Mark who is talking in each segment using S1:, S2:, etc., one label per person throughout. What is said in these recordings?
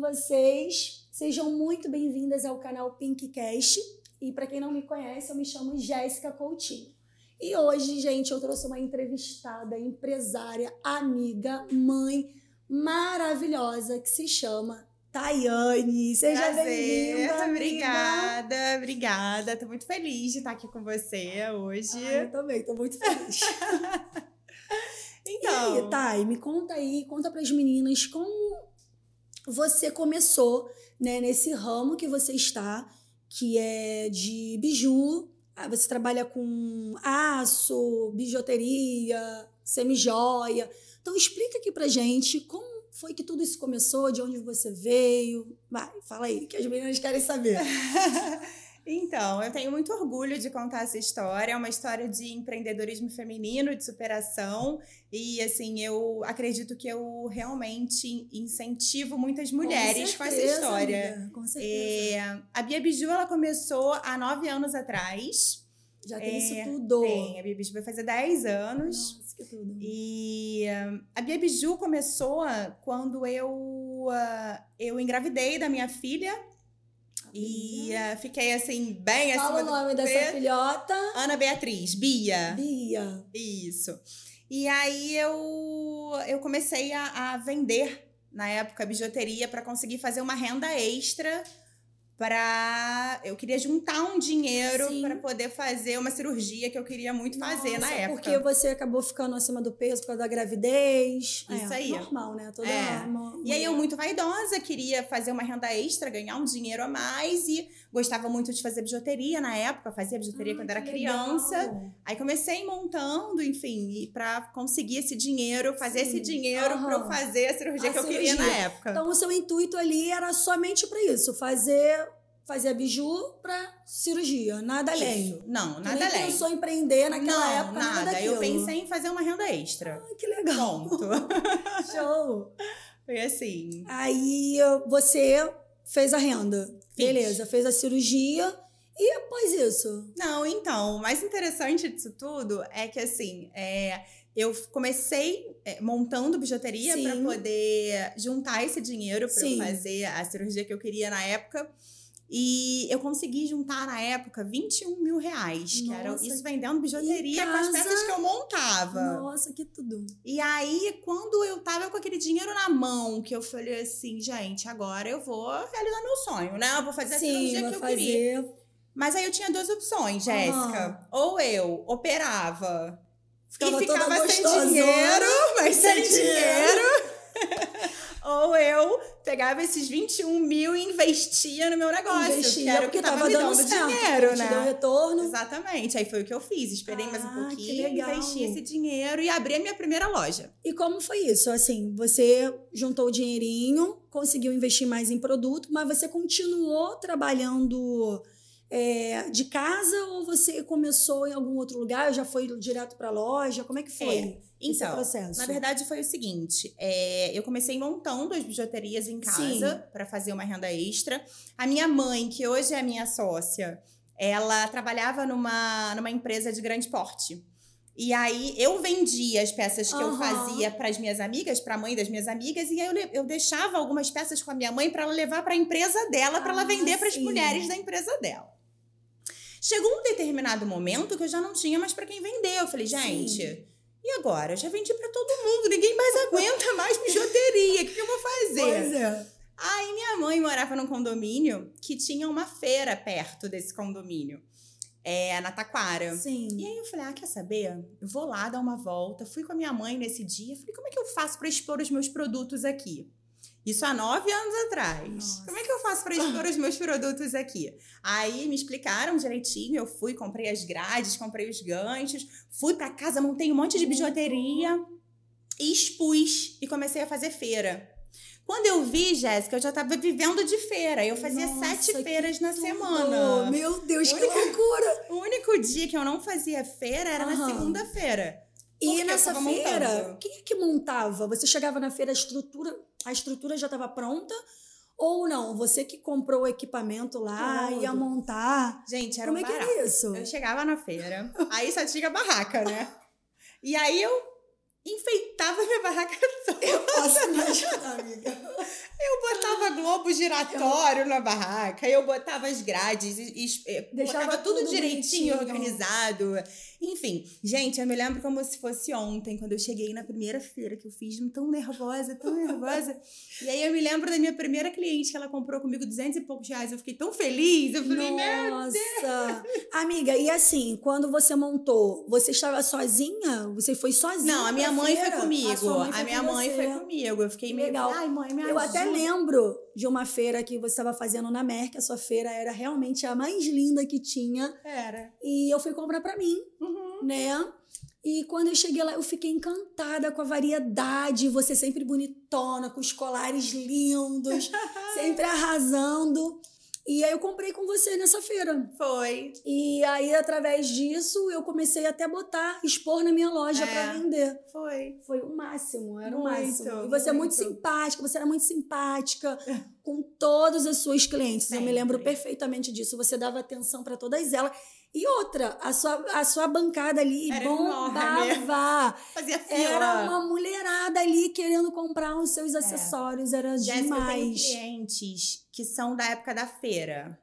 S1: vocês. Sejam muito bem-vindas ao canal Pinkcast. E para quem não me conhece, eu me chamo Jéssica Coutinho. E hoje, gente, eu trouxe uma entrevistada, empresária, amiga, mãe maravilhosa que se chama Tayane. Seja bem-vinda. amiga.
S2: Obrigada, obrigada. Tô muito feliz de estar aqui com você hoje.
S1: Ah, eu também, tô muito feliz. E aí,
S2: então,
S1: Thay, me conta aí, conta pras meninas como você começou, né, nesse ramo que você está, que é de biju. Ah, Você trabalha com aço, bijuteria, semijoia. Então explica aqui pra gente como foi que tudo isso começou, de onde você veio. Vai, fala aí, que as meninas querem saber.
S2: então, eu tenho muito orgulho de contar essa história. É uma história de empreendedorismo feminino, de superação. E, assim, eu acredito que eu realmente incentivo muitas mulheres com, essa
S1: certeza,
S2: história.
S1: amiga, com certeza.
S2: É, a Bia Biju, ela começou há nove anos atrás.
S1: Já tem
S2: é,
S1: isso tudo.
S2: Tem, a Bia Biju vai fazer dez anos.
S1: Nossa, que é tudo.
S2: E ah, a Bia Biju começou ah, quando eu, ah, eu engravidei da minha filha. E ah, fiquei assim, bem
S1: Fala o
S2: acima do... É.
S1: nome dessa
S2: peso.
S1: filhota.
S2: Ana Beatriz, Bia.
S1: Bia.
S2: Isso. E aí eu, eu comecei a, a vender, na época, bijuteria para conseguir fazer uma renda extra para eu queria juntar um dinheiro
S1: Sim.
S2: para poder fazer uma cirurgia que eu queria muito fazer na
S1: Nossa, é
S2: época.
S1: Porque você acabou ficando acima do peso por causa da gravidez.
S2: Isso
S1: é,
S2: aí.
S1: Normal, né? Toda
S2: É.
S1: uma-
S2: E aí eu muito vaidosa, queria fazer uma renda extra, ganhar um dinheiro a mais e gostava muito de fazer bijuteria na época, fazia bijuteria
S1: Ah,
S2: quando
S1: que
S2: era
S1: legal.
S2: criança. Aí comecei montando, enfim, e para conseguir esse dinheiro, fazer
S1: Sim.
S2: esse dinheiro
S1: Aham.
S2: para eu fazer a cirurgia
S1: A
S2: que eu queria na
S1: cirurgia.
S2: época.
S1: Então o seu intuito ali era somente pra isso, fazer fazer biju pra cirurgia, nada além.
S2: Isso. Não,
S1: Tu
S2: nada
S1: nem
S2: além.
S1: pensou em empreender naquela
S2: não,
S1: época, nada,
S2: nada. Eu
S1: daquilo.
S2: pensei em fazer uma renda extra.
S1: Ah, que legal.
S2: Ponto.
S1: Show.
S2: Foi assim.
S1: Aí você fez a renda.
S2: Fiz.
S1: Beleza, fez a cirurgia e após isso.
S2: Não, então, o mais interessante disso tudo é que, assim, é, eu comecei é, montando bijuteria
S1: Sim.
S2: para poder juntar esse dinheiro para
S1: Sim.
S2: fazer a cirurgia que eu queria na época. E eu consegui juntar na época 21 mil reais, que era
S1: Nossa.
S2: isso vendendo bijuteria
S1: Em
S2: com as
S1: casa. Uhum.
S2: peças que eu montava.
S1: Nossa, que tudo.
S2: E aí, quando eu tava com aquele dinheiro na mão, que eu falei assim, gente, agora eu vou realizar meu sonho, né? Eu vou fazer a cirurgia
S1: vai
S2: que eu
S1: fazer.
S2: queria. Mas aí eu tinha duas opções, Jéssica. Ou eu operava
S1: Ficava
S2: e
S1: toda
S2: ficava sem
S1: gostosona,
S2: dinheiro, mas sem
S1: sem dinheiro.
S2: dinheiro. Ou eu pegava esses 21 mil e investia no meu negócio. que
S1: Investia
S2: era o
S1: é porque
S2: que tava
S1: tava
S2: me
S1: dando
S2: dando
S1: certo,
S2: dinheiro,
S1: te
S2: né?
S1: deu retorno.
S2: Exatamente. Aí foi o que eu fiz. Esperei mais
S1: Ah,
S2: um
S1: que
S2: pouquinho,
S1: legal.
S2: investi esse dinheiro e abri a minha primeira loja.
S1: E como foi isso? Assim, você juntou o dinheirinho, conseguiu investir mais em produto, mas você continuou trabalhando é, de casa ou você começou em algum outro lugar? Já foi direto pra loja? Como é que foi
S2: É,
S1: esse
S2: Então,
S1: processo?
S2: Na verdade, foi o seguinte: é, eu comecei montando as bijuterias em casa para fazer uma renda extra. A minha mãe, que hoje é a minha sócia, ela trabalhava numa, numa empresa de grande porte. E aí eu vendia as peças que eu
S1: Aham.
S2: fazia para as minhas amigas, para a mãe das minhas amigas, e aí eu, le- eu deixava algumas peças com a minha mãe para ela levar para a empresa dela, para
S1: Ah,
S2: ela vender para as
S1: sim.
S2: mulheres da empresa dela. Chegou um determinado momento que eu já não tinha mais para quem vender. Eu falei,
S1: Sim.
S2: gente, e agora? Eu já vendi pra todo mundo, ninguém mais aguenta mais bijuteria. O que, que eu vou fazer?
S1: Pois é.
S2: Aí minha mãe morava num condomínio que tinha uma feira perto desse condomínio, é, na Taquara.
S1: Sim.
S2: E aí eu falei, ah, quer saber? Eu Vou lá dar uma volta. Fui com a minha mãe nesse dia. Falei, como é que eu faço pra expor os meus produtos aqui? Isso há nove anos atrás.
S1: Nossa.
S2: Como é que eu faço pra expor os meus produtos aqui? Aí me explicaram direitinho. Eu fui, comprei as grades, comprei os ganchos. Fui pra casa, montei um monte de bijuteria. E expus. E comecei a fazer feira. Quando eu vi, Jéssica, eu já tava vivendo de feira. Eu fazia
S1: Nossa, que
S2: sete feiras na
S1: Tudo.
S2: semana.
S1: Meu Deus, que
S2: Única-
S1: loucura!
S2: O único dia que eu não fazia feira era
S1: Aham.
S2: na segunda-feira. Porque
S1: E
S2: eu
S1: nessa
S2: tava montando.
S1: feira, quem é que montava? Você chegava na feira, a estrutura, a estrutura já estava pronta? Ou não? Você que comprou o equipamento lá,
S2: Tudo.
S1: ia montar?
S2: Gente, era
S1: Como
S2: um
S1: é que
S2: barato.
S1: era isso?
S2: Eu chegava na feira, aí só tinha barraca, né? E aí eu enfeitava minha barraca toda.
S1: Posso imaginar, amiga.
S2: Eu botava globo giratório na barraca, eu botava as grades, e- e- eh,
S1: Deixava
S2: botava tudo,
S1: tudo
S2: direitinho,
S1: bonitinho.
S2: organizado. Enfim, gente, eu me lembro como se fosse ontem, quando eu cheguei na primeira feira que eu fiz, tão nervosa, tão nervosa. e aí eu me lembro da minha primeira cliente que ela comprou comigo 200 e poucos reais. Eu fiquei tão feliz, eu falei, né?
S1: Nossa! Amiga, e assim, quando você montou, você estava sozinha? Você foi sozinha?
S2: Não, a minha
S1: pra
S2: mãe foi
S1: feira?
S2: comigo.
S1: sua
S2: A,
S1: mãe foi
S2: minha
S1: com
S2: mãe
S1: você.
S2: foi comigo. Eu fiquei meio.
S1: Legal.
S2: Ai, mãe, me
S1: Eu até
S2: ajuda."
S1: lembro de uma feira que você estava fazendo na Merck, a sua feira era realmente a mais linda que tinha,
S2: Era.
S1: e eu fui comprar pra mim,
S2: Uhum.
S1: né? E quando eu cheguei lá, eu fiquei encantada com a variedade, você sempre bonitona, com os colares lindos, sempre arrasando. E aí eu comprei com você nessa feira.
S2: Foi.
S1: E aí através disso eu comecei até a botar, expor na minha loja
S2: É.
S1: pra vender.
S2: Foi.
S1: Foi o máximo, era o
S2: Muito,
S1: máximo. E você é muito
S2: muito. É.
S1: simpática, você era muito simpática com todas as suas clientes. né? Eu me
S2: Sempre.
S1: lembro perfeitamente disso. Você dava atenção pra todas elas. E outra, a sua, a sua bancada ali
S2: Era
S1: bombava.
S2: Fazia fila.
S1: Era uma mulherada ali querendo comprar os seus acessórios. Era
S2: É. Jéssica, um eu tenho
S1: demais.
S2: clientes que são da época da feira.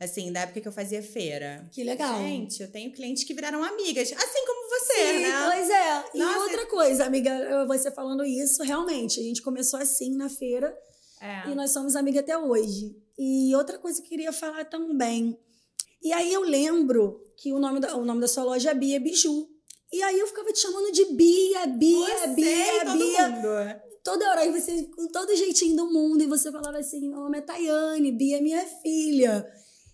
S2: Assim, da época que eu fazia feira.
S1: Que legal.
S2: Gente, eu tenho clientes que viraram amigas, assim como você,
S1: Sim,
S2: né?
S1: Pois é. E
S2: Nossa.
S1: outra coisa, amiga, você falando isso, realmente, a gente começou assim na feira.
S2: É.
S1: E nós somos amigas até hoje. E outra coisa que eu queria falar também. E aí eu lembro que o nome da, o nome da sua loja é Bia Biju. E aí eu ficava te chamando de Bia, Bia,
S2: Você
S1: Bia,
S2: e todo
S1: Bia.
S2: mundo.
S1: Toda hora, e você, com todo jeitinho do mundo, e você falava assim, meu nome é Tayane, Bia é minha filha.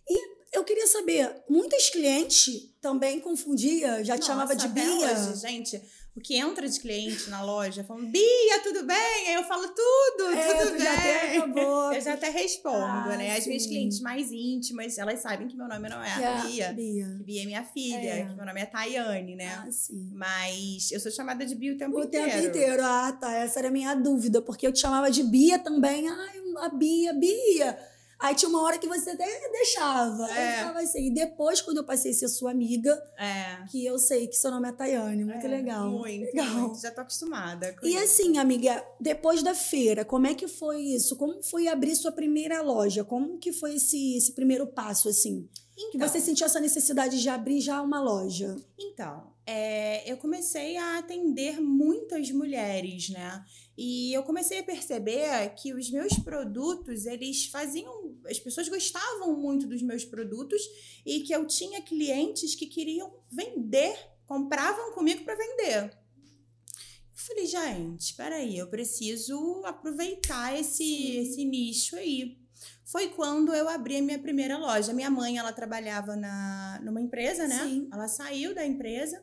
S1: E eu queria saber, muitas clientes também confundia, já te chamava de
S2: Nossa, até
S1: Bia?
S2: Hoje, gente, o que entra de cliente na loja, falam, Bia, tudo bem? Aí eu falo, tudo,
S1: é,
S2: tudo
S1: tu já até
S2: bem. É,
S1: acabou.
S2: Eu já até respondo,
S1: Ah,
S2: né? As minhas
S1: sim.
S2: clientes mais íntimas, elas sabem que meu nome não é
S1: Que é
S2: Bia.
S1: Bia.
S2: que Bia é minha filha,
S1: É.
S2: que meu nome é Tayane, né?
S1: Ah, sim.
S2: Mas eu sou chamada de Bia o tempo
S1: O
S2: inteiro.
S1: tempo inteiro. Ah, tá. Essa era a minha dúvida, porque eu te chamava de Bia também. Ai, a Bia, Bia. Aí tinha uma hora que você até deixava.
S2: É.
S1: Eu ficava assim. E depois, quando eu passei a ser sua amiga,
S2: É.
S1: que eu sei que seu nome é Tayane. Muito
S2: É,
S1: legal.
S2: Muito,
S1: Legal.
S2: muito. Já tô acostumada. com
S1: E
S2: isso.
S1: assim, amiga, depois da feira, como é que foi isso? Como foi abrir sua primeira loja? Como que foi esse, esse primeiro passo, assim? Que
S2: Então,
S1: você sentiu essa necessidade de abrir já uma loja?
S2: Então, é, eu comecei a atender muitas mulheres, né? E eu comecei a perceber que os meus produtos, eles faziam. As pessoas gostavam muito dos meus produtos e que eu tinha clientes que queriam vender, compravam comigo para vender. Eu falei, gente, peraí, eu preciso aproveitar esse,
S1: Sim.
S2: esse nicho aí. Foi quando eu abri a minha primeira loja. Minha mãe, ela trabalhava na, numa empresa, né?
S1: Sim.
S2: Ela saiu da empresa,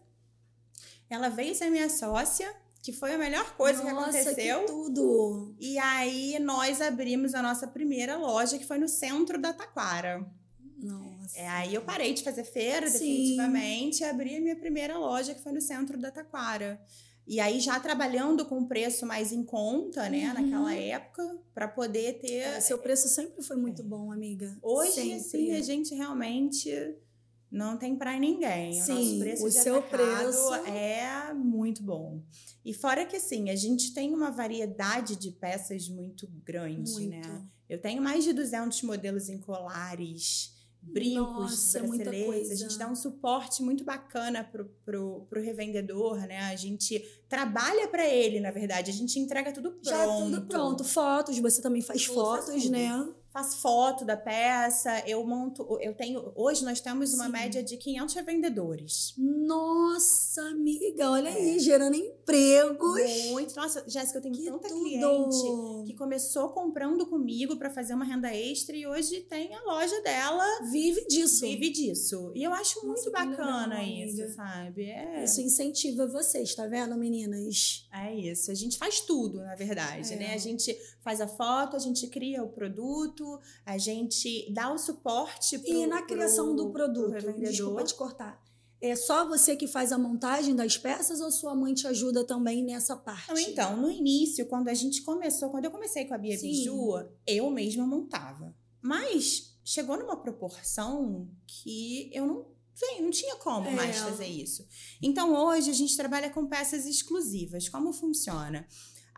S2: ela veio ser minha sócia, que foi a melhor coisa que
S1: Nossa,
S2: aconteceu.
S1: Que tudo.
S2: E aí nós abrimos a nossa primeira loja, que foi no centro da Taquara.
S1: Nossa.
S2: É, aí eu parei de fazer feira,
S1: Sim.
S2: definitivamente, e abri a minha primeira loja, que foi no centro da Taquara. E aí já trabalhando com um preço mais em conta, né,
S1: Uhum.
S2: naquela época, para poder ter.
S1: É, seu preço sempre foi muito bom, amiga.
S2: É. Hoje,
S1: sempre.
S2: assim, a gente realmente não tem para ninguém. o
S1: Sim,
S2: nosso preço
S1: o
S2: de
S1: seu
S2: atacado
S1: preço-
S2: é muito bom. E fora que, assim, a gente tem uma variedade de peças muito grande,
S1: muito.
S2: né? Eu tenho mais de 200 modelos em colares, brincos,
S1: Nossa, é muita
S2: braceletes. A
S1: coisa.
S2: gente dá um suporte muito bacana pro, pro, pro revendedor, né? A gente trabalha para ele, na verdade. A gente entrega tudo pronto.
S1: Já é tudo pronto. Fotos, você também faz
S2: Tudo, faz
S1: fotos,
S2: tudo.
S1: né?
S2: Faz foto da peça, eu monto... Eu tenho... Hoje nós temos uma
S1: Sim.
S2: média de 500 revendedores.
S1: Nossa, amiga, olha
S2: É.
S1: aí, gerando empregos.
S2: Muito. Nossa, Jéssica, eu tenho
S1: que
S2: tanta
S1: tudo.
S2: cliente. que começou comprando comigo para fazer uma renda extra e hoje tem a loja dela
S1: Vive disso.
S2: vive disso. E eu acho
S1: Nossa,
S2: muito
S1: que legal,
S2: bacana
S1: amiga.
S2: isso, sabe? É,
S1: Isso incentiva vocês, tá vendo, meninas?
S2: é isso. A gente faz tudo, na verdade,
S1: É.
S2: né? A gente faz a foto, a gente cria o produto, a gente dá o suporte pro,
S1: E na
S2: pro-
S1: criação do
S2: pro
S1: produto,
S2: revendedor.
S1: desculpa te cortar. É só você que faz a montagem das peças ou sua mãe te ajuda também nessa parte?
S2: Não, então, no início, quando a gente começou, quando eu comecei com a Bia
S1: Sim.
S2: Biju, eu mesma montava. Mas chegou numa proporção que eu não, sei, não tinha como
S1: É.
S2: mais fazer isso. Então, hoje a gente trabalha com peças exclusivas. Como funciona?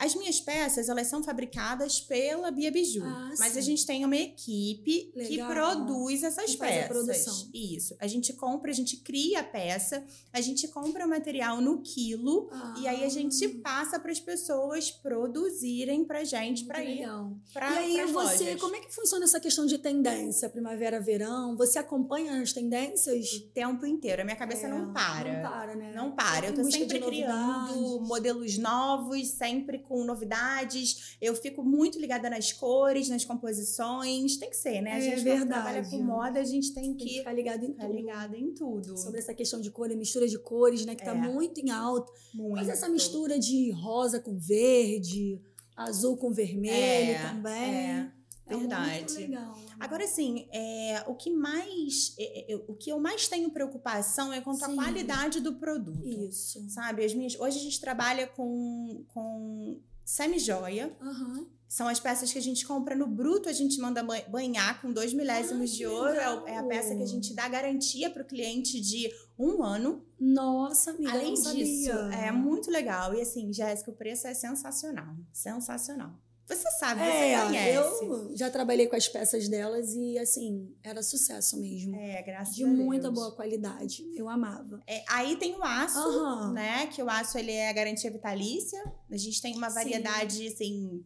S2: As minhas peças, elas são fabricadas pela Bia Biju.
S1: Ah,
S2: mas a
S1: sim.
S2: gente tem uma equipe que
S1: Legal.
S2: produz essas
S1: Que faz a
S2: peças.
S1: produção.
S2: Isso. A gente compra, a gente cria a peça, a gente compra o material no quilo
S1: Ah,
S2: e aí a gente passa para as pessoas produzirem pra gente,
S1: muito
S2: pra ir
S1: legal.
S2: pra,
S1: e aí
S2: pras
S1: você,
S2: lojas.
S1: como é que funciona essa questão de tendência, primavera, verão? Você acompanha as tendências?
S2: O tempo inteiro, a minha cabeça
S1: É,
S2: não para.
S1: Não para, né?
S2: Não para, eu
S1: Em
S2: tô
S1: busca de
S2: sempre criando
S1: novidades.
S2: modelos novos, sempre com novidades. Eu fico muito ligada nas cores, nas composições. Tem que ser, né? A
S1: É
S2: gente quando
S1: verdade.
S2: trabalha com moda, a gente tem
S1: Tem que
S2: que
S1: ficar ligado em
S2: ficar
S1: tudo.
S2: ligada em tudo.
S1: Sobre essa questão de cor e mistura de cores, né? Que
S2: É.
S1: tá muito em alta.
S2: Muito.
S1: Mas essa mistura de rosa com verde, azul com vermelho
S2: É,
S1: também.
S2: É,
S1: É muito
S2: verdade.
S1: legal.
S2: Agora sim, é, o que mais é, é, eu- o que eu mais tenho preocupação é quanto à
S1: Sim.
S2: qualidade do produto.
S1: Isso.
S2: Sabe, as minhas, hoje a gente trabalha com com semi-joia,
S1: Aham.
S2: São as peças que a gente compra no bruto, a gente manda ba- banhar com dois milésimos
S1: Ah, que
S2: de ouro. É, o- é a
S1: legal.
S2: peça que a gente dá garantia para o cliente de um ano.
S1: Nossa, amiga,
S2: Além
S1: eu não
S2: disso,
S1: sabia.
S2: é muito legal. E assim, Jéssica, o preço é sensacional. Sensacional. Ah, Você sabe, você
S1: É,
S2: conhece.
S1: eu já trabalhei com as peças delas e, assim, era sucesso mesmo.
S2: É, graças
S1: de
S2: a Deus.
S1: muita boa qualidade. Eu amava.
S2: É, aí tem o aço,
S1: Aham.
S2: né? Que o aço ele é a garantia vitalícia. A gente tem uma
S1: Sim.
S2: variedade, assim,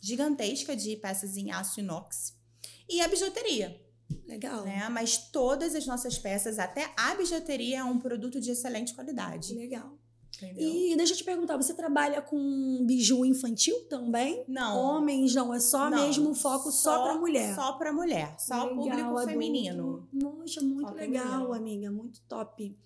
S2: gigantesca de peças em aço inox. E a bijuteria.
S1: Legal.
S2: né? Mas todas as nossas peças, até a bijuteria, é um produto de excelente qualidade.
S1: Legal.
S2: Entendeu?
S1: E deixa eu te perguntar, você trabalha com biju infantil também?
S2: Não.
S1: Homens não, é só
S2: não,
S1: mesmo foco só, pra mulher.
S2: Só pra mulher. Só o
S1: Legal,
S2: público
S1: adulto.
S2: feminino.
S1: Nossa, muito
S2: Só
S1: legal,
S2: feminino.
S1: amiga, muito top.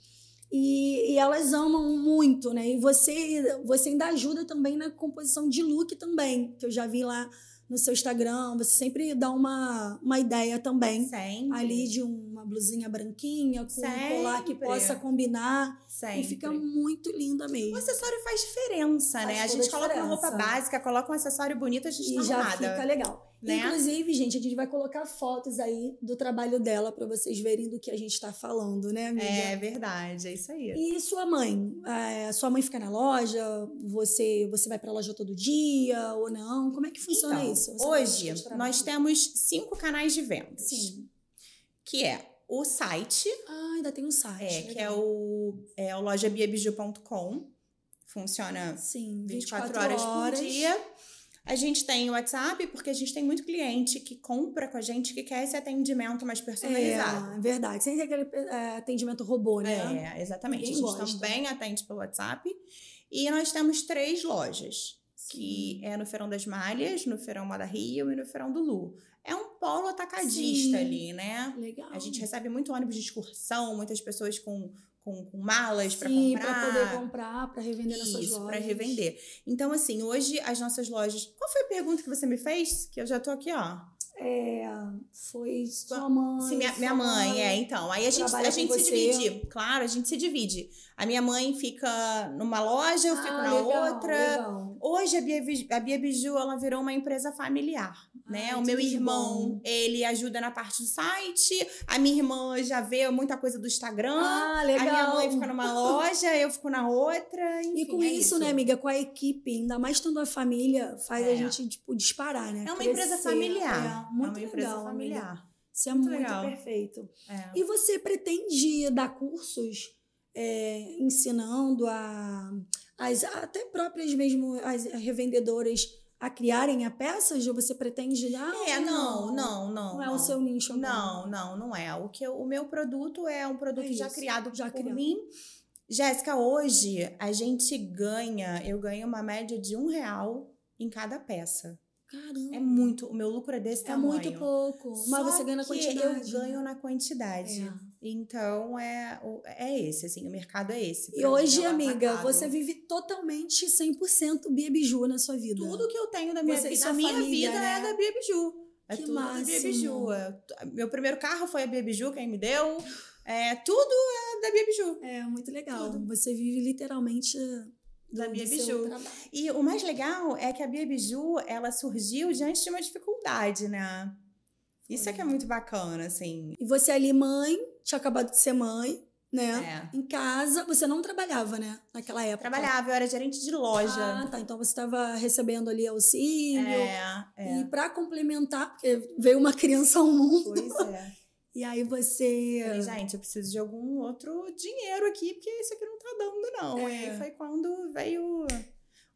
S1: E, e elas amam muito, né? E você, você ainda ajuda também na composição de look também, que eu já vi lá no seu Instagram. Você sempre dá uma, uma ideia também
S2: Sempre.
S1: ali de uma blusinha branquinha com um colar que
S2: Sempre.
S1: possa combinar.
S2: sempre.
S1: E fica muito linda
S2: O
S1: mesmo.
S2: acessório faz diferença,
S1: Faz
S2: né? A
S1: toda
S2: gente
S1: a
S2: coloca uma
S1: diferença.
S2: roupa básica, coloca um acessório bonito, a gente
S1: E
S2: tá
S1: já
S2: arrumada.
S1: fica legal.
S2: né?
S1: Inclusive, gente, a gente vai colocar fotos aí do trabalho dela pra vocês verem do que a gente tá falando, né, amiga?
S2: É verdade, é isso aí.
S1: E sua mãe? É, sua mãe fica na loja? Você você vai pra loja todo dia ou não? Como é que funciona
S2: Então,
S1: isso? Você
S2: hoje,
S1: gosta de trabalho?
S2: nós temos cinco canais de vendas.
S1: Sim.
S2: Que é o site,
S1: Ah, ainda tem um site.
S2: É, que é
S1: legal.
S2: o, é o lojabiabiju.com. Funciona
S1: Sim,
S2: 24, horas, por dia. A gente tem o WhatsApp, porque a gente tem muito cliente que compra com a gente que quer esse atendimento mais personalizado.
S1: É, verdade. Sem ser aquele é, atendimento robô, né?
S2: É, exatamente.
S1: Ninguém
S2: a gente
S1: gosta.
S2: também atende pelo WhatsApp. E nós temos três lojas. Que é no Feirão das Malhas, no Feirão Moda Rio e no Feirão do Lu. É um polo
S1: Sim.
S2: atacadista ali, né?
S1: Legal.
S2: A gente recebe muito ônibus de excursão, muitas pessoas com, com, com malas para
S1: Sim,
S2: comprar.
S1: pra poder comprar, pra revender nas suas
S2: Isso,
S1: lojas.
S2: para revender. Então, assim, hoje as nossas lojas. Qual foi a pergunta que você me fez? Que eu já tô aqui, ó.
S1: É, foi sua mãe.
S2: Sim, minha,
S1: sua
S2: minha mãe, é, então. Aí a gente,
S1: trabalha
S2: a
S1: com
S2: gente se
S1: você.
S2: divide. Claro, a gente se divide. A minha mãe fica numa loja, então eu fico
S1: Ah,
S2: na
S1: legal,
S2: outra.
S1: legal.
S2: Hoje a Bia, Vi- a Bia Biju, ela virou uma empresa familiar, né?
S1: Ai,
S2: O meu
S1: que
S2: irmão,
S1: bom.
S2: ele ajuda na parte do site. A minha irmã já vê muita coisa do Instagram.
S1: Ah,
S2: A
S1: legal.
S2: minha mãe fica numa loja, eu fico na outra.
S1: E
S2: enfim,
S1: com
S2: é
S1: isso, né, amiga, com a equipe, ainda mais tendo a família, faz
S2: É.
S1: a gente, tipo, disparar, né?
S2: É uma
S1: Crescer.
S2: empresa familiar.
S1: É, muito
S2: é uma
S1: legal,
S2: empresa
S1: amiga.
S2: familiar.
S1: Isso é
S2: Muito
S1: muito,
S2: legal.
S1: perfeito.
S2: É.
S1: E você pretende dar cursos é, ensinando a, as, até próprias mesmo, as revendedoras a criarem a peças? Ou você pretende dar?
S2: É,
S1: ou
S2: não, não, não.
S1: Não, é o seu nicho agora.
S2: Não, não, não é. O, que eu- o meu produto é um produto
S1: É
S2: já
S1: isso,
S2: criado
S1: já
S2: por
S1: criado.
S2: mim. Jéssica, hoje a gente ganha, eu ganho uma média de um real em cada peça.
S1: Caramba.
S2: É muito, o meu lucro é desse
S1: Hum. É
S2: tamanho.
S1: muito pouco.
S2: Só
S1: mas você ganha na
S2: que
S1: quantidade. né?
S2: Eu ganho na
S1: É.
S2: quantidade. Então é, o- é esse, assim, o mercado é esse.
S1: E
S2: Pra mim,
S1: hoje,
S2: é o
S1: amiga,
S2: atacado.
S1: você vive totalmente 100% Bia Biju na sua vida.
S2: Tudo que eu tenho da minha
S1: Você e
S2: vida,
S1: sua
S2: a minha
S1: família,
S2: vida
S1: né?
S2: é da Bia Biju. É
S1: Que
S2: tudo da Bia
S1: máximo.
S2: Biju. É tu- Meu primeiro carro foi a Bia Biju, quem me deu. É, tudo é da Bia Biju.
S1: É muito legal.
S2: Tudo.
S1: Você vive literalmente
S2: Da
S1: do
S2: Bia
S1: seu
S2: Biju.
S1: trabalho.
S2: E o mais legal é que a Bia Biju, ela surgiu diante de uma dificuldade, né? Isso é que é muito bacana, assim.
S1: E você ali, mãe, tinha acabado de ser mãe,
S2: É.
S1: né? Em casa, você não trabalhava, né? Naquela época.
S2: Trabalhava, eu era gerente de loja.
S1: Ah, tá. Então você estava recebendo ali auxílio.
S2: é, é.
S1: E pra complementar, porque veio uma criança ao mundo.
S2: Pois é.
S1: E aí você.
S2: Falei, gente, eu preciso de algum outro dinheiro aqui, porque isso aqui não tá dando, não.
S1: É.
S2: E aí foi quando veio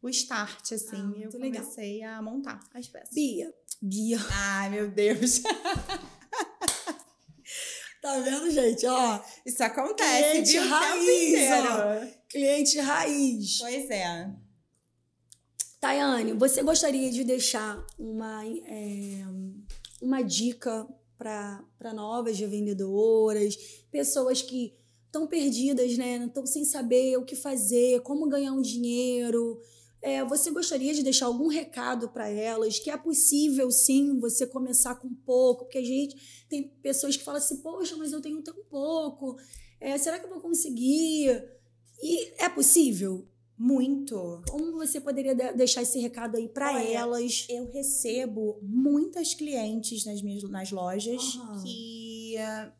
S2: o start, assim.
S1: Ah,
S2: e eu
S1: muito legal.
S2: comecei a montar as peças.
S1: Bia. Bia.
S2: Ai, meu Deus.
S1: Tá vendo, gente? Ó,
S2: Isso acontece,
S1: Gente,
S2: viu? O tempo
S1: raiz,
S2: inteiro.
S1: cliente raiz.
S2: Pois é.
S1: Tayane, você gostaria de deixar uma, é, uma dica para novas revendedoras, pessoas que estão perdidas, né? Estão sem saber o que fazer, como ganhar um dinheiro. É, você gostaria de deixar algum recado para elas? Que é possível, sim, você começar com pouco, porque a gente tem pessoas que falam assim, poxa, mas eu tenho tão pouco. É, será que eu vou conseguir? E é possível?
S2: Muito.
S1: Como você poderia de- deixar esse recado aí pra
S2: Olha,
S1: elas?
S2: Eu recebo muitas clientes nas minhas nas lojas
S1: Aham.
S2: que eh,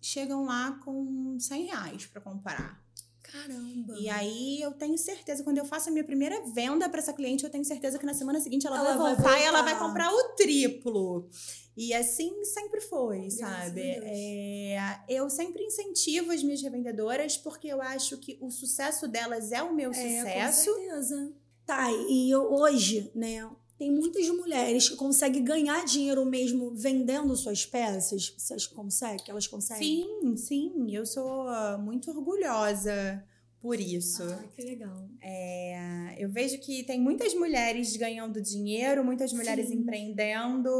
S2: chegam lá com 100 reais pra comprar.
S1: Caramba.
S2: E aí eu tenho certeza, quando eu faço a minha primeira venda pra essa cliente, eu tenho certeza que na semana seguinte ela, vai, voltar, e ela vai
S1: voltar.
S2: comprar o triplo. E assim sempre foi,
S1: Graças a
S2: sabe?
S1: Deus.
S2: É, eu sempre incentivo as minhas revendedoras porque eu acho que o sucesso delas é o meu sucesso.
S1: Com certeza. um Tá, e eu- hoje, né, tem muitas mulheres que conseguem ganhar dinheiro mesmo vendendo suas peças. Vocês conseguem? Que elas conseguem?
S2: Sim, sim, eu sou muito orgulhosa por isso.
S1: Ah, que legal.
S2: É, eu vejo que tem muitas mulheres ganhando dinheiro, muitas mulheres
S1: Sim.
S2: empreendendo.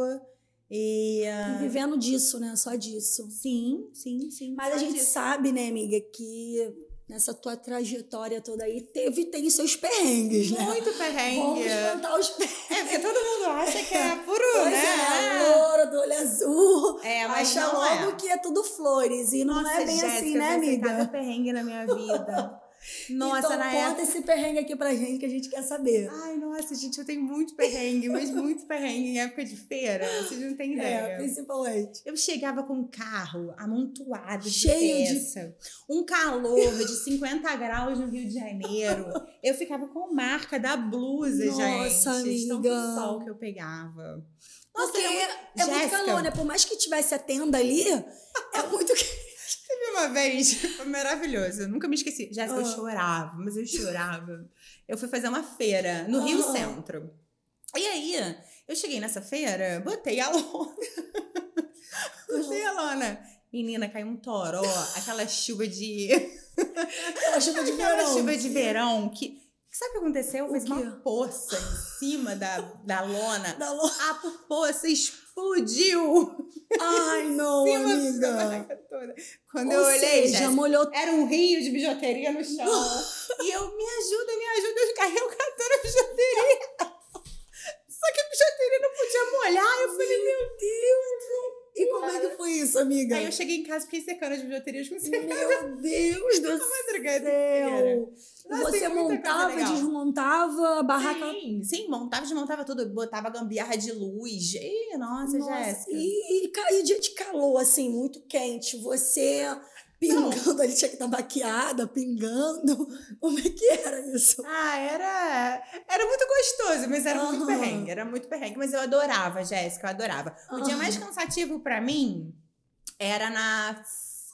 S2: E
S1: E vivendo disso, né? Só disso.
S2: Sim, sim, sim.
S1: Mas a
S2: Só
S1: gente
S2: disso.
S1: sabe, né, amiga, que nessa tua trajetória toda aí, teve, tem seus perrengues, né?
S2: Muito perrengue.
S1: Vamos
S2: É,
S1: contar os perrengues,
S2: porque todo mundo acha que é puro,
S1: né?
S2: né?
S1: Loura, do olho azul.
S2: É, mas
S1: Acha
S2: não
S1: logo
S2: é.
S1: que é tudo flores. E não
S2: Nossa,
S1: é bem
S2: Jéssica,
S1: assim, né,
S2: eu passei
S1: amiga?
S2: cada perrengue na minha vida. Nossa,
S1: então,
S2: na
S1: conta
S2: época...
S1: esse perrengue aqui pra gente que a gente quer saber.
S2: Ai, nossa, gente, eu tenho muito perrengue, mas muito perrengue em época de feira. Vocês não têm
S1: é,
S2: ideia.
S1: principalmente.
S2: Eu chegava com um carro amontoado,
S1: Cheio
S2: cheio
S1: de-
S2: de peça, um calor de 50 graus no Rio de Janeiro. Eu ficava com marca da blusa,
S1: Nossa,
S2: gente. de
S1: amiga.
S2: Tanto sol que eu pegava. Nossa,
S1: Porque
S2: eu
S1: é, muito
S2: Jéssica.
S1: calor, né? Por mais que tivesse a tenda ali, é muito que.
S2: teve uma vez, foi maravilhoso, eu nunca me esqueci. Jéssica,
S1: Ah.
S2: eu chorava, mas eu chorava. Eu fui fazer uma feira no Rio
S1: Ah.
S2: Centro. E aí, eu cheguei nessa feira, botei a lona. botei a lona. Menina, caiu um toró, aquela chuva de...
S1: Aquela chuva de
S2: Aquela
S1: verão.
S2: chuva de verão que. Sabe o que aconteceu? Fez
S1: quê?
S2: uma poça em cima da, da lona.
S1: Da lua.
S2: A poça explodiu
S1: Ai, não,
S2: em cima da
S1: amiga.
S2: barraca toda. Quando
S1: Ou
S2: eu olhei,
S1: seja,
S2: Jéssica,
S1: molhou
S2: era um rio de bijuteria no chão. e eu, me ajuda, me ajuda. Eu caí, eu catando a bijuteria. Só que a bijuteria não podia molhar. Eu falei, meu Deus.
S1: E como é que foi isso, amiga?
S2: Aí eu cheguei em casa, fiquei secando as bijuterias com secador.
S1: Meu Deus do céu.
S2: madrugada Nossa,
S1: Você
S2: tem muita coisa
S1: montava,
S2: legal.
S1: desmontava a barraca.
S2: Sim, sim, montava, desmontava tudo, botava gambiarra de luz. Ih, nossa,
S1: Nossa,
S2: Jéssica.
S1: E, e cair dia de calor, assim, muito quente. Você pingando ali, tinha que estar maquiada, pingando. Como é que era isso?
S2: Ah, era. Era muito gostoso, mas era muito
S1: Aham.
S2: perrengue, era muito perrengue. Mas eu adorava, Jéssica, eu adorava. O dia
S1: Aham.
S2: mais cansativo pra mim era na.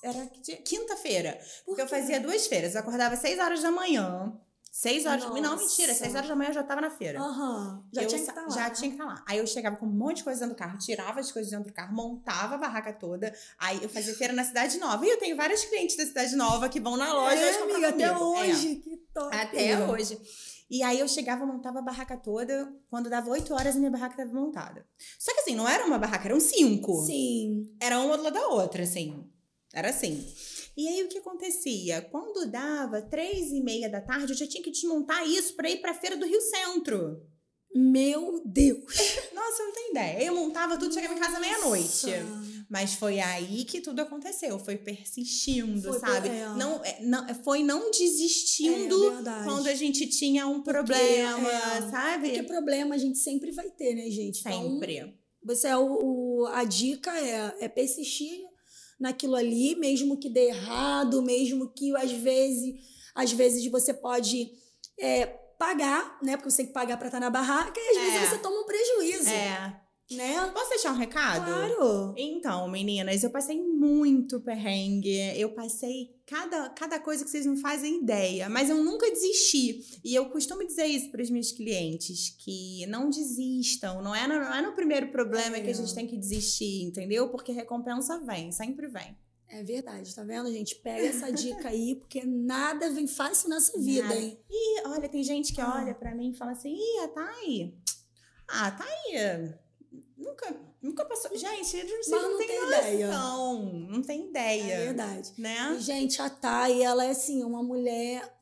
S2: Era que dia? quinta-feira.
S1: Por
S2: Porque eu
S1: quê?
S2: fazia duas feiras. Eu acordava às seis horas da manhã. seis horas. Não,
S1: Nossa.
S2: mentira, seis horas da manhã eu já tava na feira.
S1: Aham. Já
S2: Eu
S1: tinha que
S2: sa-
S1: estar lá.
S2: Já
S1: né?
S2: tinha que estar lá. Aí eu chegava com um monte de coisa dentro do carro, tirava as coisas dentro do carro, montava a barraca toda. Aí eu fazia feira na Cidade Nova. E eu tenho vários clientes da Cidade Nova que vão na loja.
S1: é,
S2: e
S1: amiga, até hoje. Que top.
S2: Até hoje. E aí eu chegava, montava a barraca toda. Quando dava 8 horas, a minha barraca estava montada. Só que assim, não era uma barraca, eram cinco.
S1: Sim.
S2: Era uma do lado da outra, assim. Era assim. E aí o que acontecia? Quando dava três e meia da tarde, eu já tinha que desmontar isso pra ir pra feira do Rio Centro.
S1: Meu Deus.
S2: Nossa, eu não tem ideia. Eu montava tudo, chegava em casa meia-noite.
S1: Nossa.
S2: Mas foi aí que tudo aconteceu. Foi persistindo,
S1: Foi per-
S2: sabe?
S1: é.
S2: Não, é, não, foi não
S1: É,
S2: desistindo
S1: verdade.
S2: quando a gente tinha um problema,
S1: é.
S2: sabe?
S1: Porque problema a gente sempre vai ter, né, gente? Então,
S2: Sempre.
S1: Você é o, o- a dica é, é persistir naquilo ali, mesmo que dê errado, mesmo que às vezes, às vezes você pode é, pagar, né? Porque você tem que pagar para estar na barraca e às
S2: É.
S1: vezes você toma um prejuízo,
S2: É.
S1: né?
S2: Posso deixar um recado?
S1: Claro.
S2: Então, meninas, eu passei muito perrengue. Eu passei cada, cada coisa que vocês não fazem ideia, mas eu nunca desisti. E eu costumo dizer isso para os meus clientes: que não desistam. Não é no, não é no primeiro problema que a gente tem que desistir, entendeu? Porque recompensa vem, sempre vem.
S1: É verdade, tá vendo, gente? Pega essa dica aí, porque nada vem fácil nessa vida,
S2: Nada.
S1: hein?
S2: E olha, tem gente que
S1: Ah.
S2: olha para mim e fala assim: ih, a Thay. Ah, a Thay. Nunca, nunca passou. Gente, vocês
S1: Mas
S2: não,
S1: não
S2: têm
S1: tem ideia.
S2: noção. Não tem ideia.
S1: É verdade.
S2: Né?
S1: E, gente, a Thay, ela é assim, uma mulher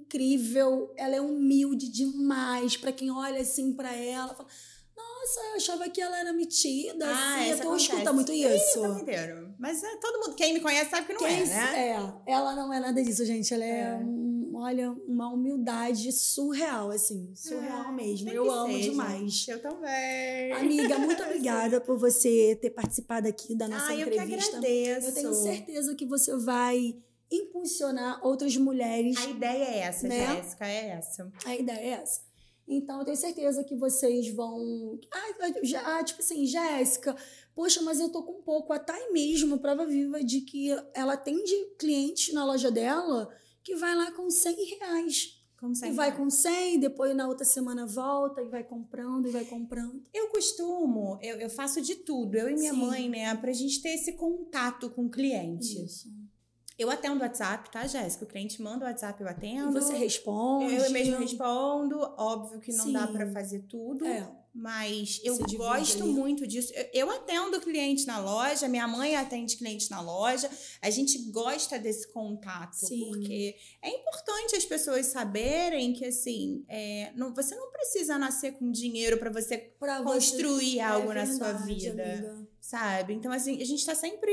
S1: incrível, ela é humilde demais. Pra quem olha assim pra ela, fala: "Nossa, eu achava que ela era metida".
S2: Ah,
S1: assim,
S2: isso
S1: tu escuta
S2: acontece.
S1: muito
S2: Ih,
S1: isso.
S2: o tempo inteiro. Mas é, todo mundo, quem me conhece sabe que não
S1: Quem-
S2: é, né?
S1: é, ela não é nada disso, gente. Ela é,
S2: É.
S1: um- olha, uma humildade surreal, assim, surreal
S2: Ah,
S1: mesmo.
S2: tem
S1: Eu
S2: que
S1: amo
S2: ser,
S1: demais.
S2: gente. Eu também.
S1: Amiga, muito obrigada por você ter participado aqui da nossa
S2: Ah, eu que
S1: entrevista.
S2: agradeço.
S1: eu tenho certeza que você vai impulsionar outras mulheres
S2: A ideia é essa,
S1: Né?
S2: Jéssica, é essa.
S1: A ideia é essa. Então, eu tenho certeza que vocês vão. Ah, eu já, ah, tipo assim, Jéssica, poxa, mas eu tô com um pouco. A Thay mesmo, prova viva de que ela atende clientes na loja dela que vai lá com 100 reais.
S2: Como
S1: E vai com 100, depois na outra semana volta e vai comprando e vai comprando.
S2: Eu costumo, eu, eu faço de tudo, eu e minha
S1: Sim.
S2: mãe, né, pra gente ter esse contato com o cliente. Eu atendo WhatsApp, tá, Jéssica? O cliente manda o WhatsApp, eu
S1: E
S2: atendo.
S1: você responde.
S2: Eu mesmo respondo, óbvio que não dá
S1: Sim.
S2: pra fazer tudo.
S1: É,
S2: Mas eu
S1: Se divulga
S2: gosto
S1: ali.
S2: muito disso. Eu, eu atendo cliente na loja, minha mãe atende cliente na loja. A gente gosta desse contato,
S1: Sim.
S2: porque é importante as pessoas saberem que, assim, é, não- você não precisa nascer com dinheiro para você,
S1: pra
S2: Construir
S1: É
S2: algo na sua
S1: verdade,
S2: vida.
S1: amiga.
S2: sabe? Então, assim, a gente está sempre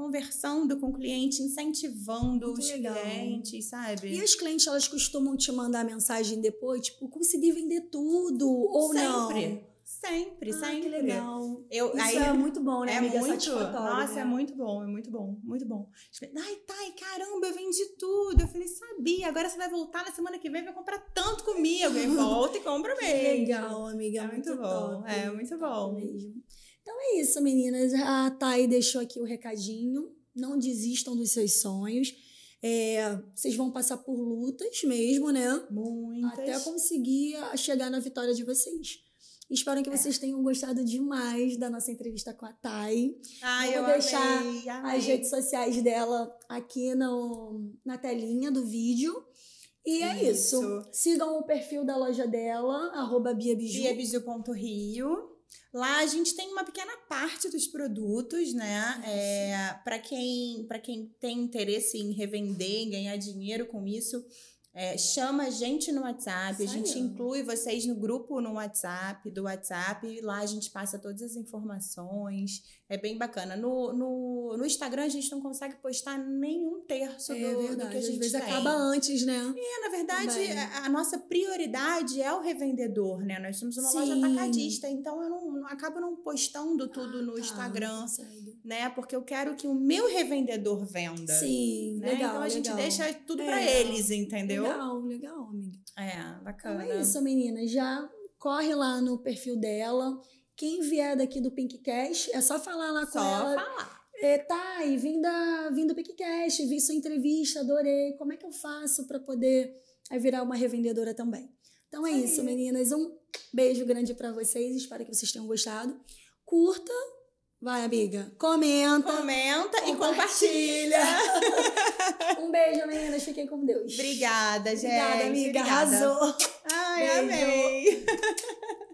S2: conversando com o cliente, incentivando
S1: Muito
S2: os
S1: legal.
S2: clientes, sabe?
S1: E as clientes, elas costumam te mandar mensagem depois, tipo, consegui vender tudo ou não?
S2: sempre, sempre,
S1: Ah,
S2: sempre. né?
S1: que legal.
S2: Eu,
S1: Isso
S2: aí,
S1: é muito bom, né,
S2: É
S1: amiga?
S2: muito,
S1: Satisfatório,
S2: nossa,
S1: né?
S2: é muito bom, é muito bom, muito bom. Tipo, Ai, Thay, caramba, eu vendi tudo. Eu falei, sabia, agora você vai voltar na semana que vem, vai comprar tanto comigo. E volta e compra
S1: Que
S2: mesmo.
S1: legal, amiga.
S2: É muito, bom,
S1: top.
S2: é muito
S1: Top
S2: bom.
S1: mesmo. Então é isso, meninas. A Thay deixou aqui o recadinho. Não desistam dos seus sonhos. É, vocês vão passar por lutas mesmo, né?
S2: Muitas.
S1: Até conseguir a- chegar na vitória de vocês. Espero que vocês tenham gostado demais da nossa entrevista com a Thay.
S2: Ai,
S1: Eu
S2: eu
S1: vou deixar
S2: amei, amei.
S1: as redes sociais dela aqui no, na telinha do vídeo. E é isso.
S2: Isso.
S1: Sigam o perfil da loja dela, arroba Bia Biju.
S2: biabiju.rio. é Lá a gente tem uma pequena parte dos produtos, né?
S1: Isso.
S2: É, para quem, pra quem tem interesse em revender, em ganhar dinheiro com isso, é, chama a gente no WhatsApp, a
S1: Isso aí,
S2: gente
S1: ó.
S2: inclui vocês no grupo no WhatsApp, do WhatsApp, e lá a gente passa todas as informações. É bem bacana. No, no, no Instagram a gente não consegue postar nenhum terço
S1: é
S2: do, do que a
S1: Às
S2: gente
S1: vezes
S2: tem.
S1: acaba antes, né?
S2: É, na verdade,
S1: Também.
S2: a, a nossa prioridade é o revendedor, né? Nós somos uma
S1: Sim.
S2: loja atacadista, então eu não, não- acabo não postando tudo no
S1: Ah,
S2: Instagram,
S1: consegue.
S2: né? Porque eu quero que o meu revendedor venda.
S1: Sim,
S2: né?
S1: legal.
S2: então a gente
S1: legal.
S2: deixa tudo pra
S1: É.
S2: eles, entendeu?
S1: Legal, legal, amiga.
S2: É,
S1: Então
S2: bacana.
S1: é isso, menina. Já corre lá no perfil dela. Quem vier daqui do Pink Cash, é só falar lá com
S2: Só
S1: ela.
S2: falar.
S1: É, Thay, vim, da, vim do PicCast, vi sua entrevista, adorei. Como é que eu faço para poder é, virar uma revendedora também? Então é
S2: Isso aí.
S1: isso, meninas. Um beijo grande para vocês. Espero que vocês tenham gostado. Curta. Vai, amiga. Comenta.
S2: Comenta e compartilha.
S1: um beijo, meninas. Fiquem com Deus.
S2: É, Obrigada, gente.
S1: Obrigada, amiga.
S2: Obrigada.
S1: Arrasou.
S2: Ai,
S1: Beijo.
S2: amei.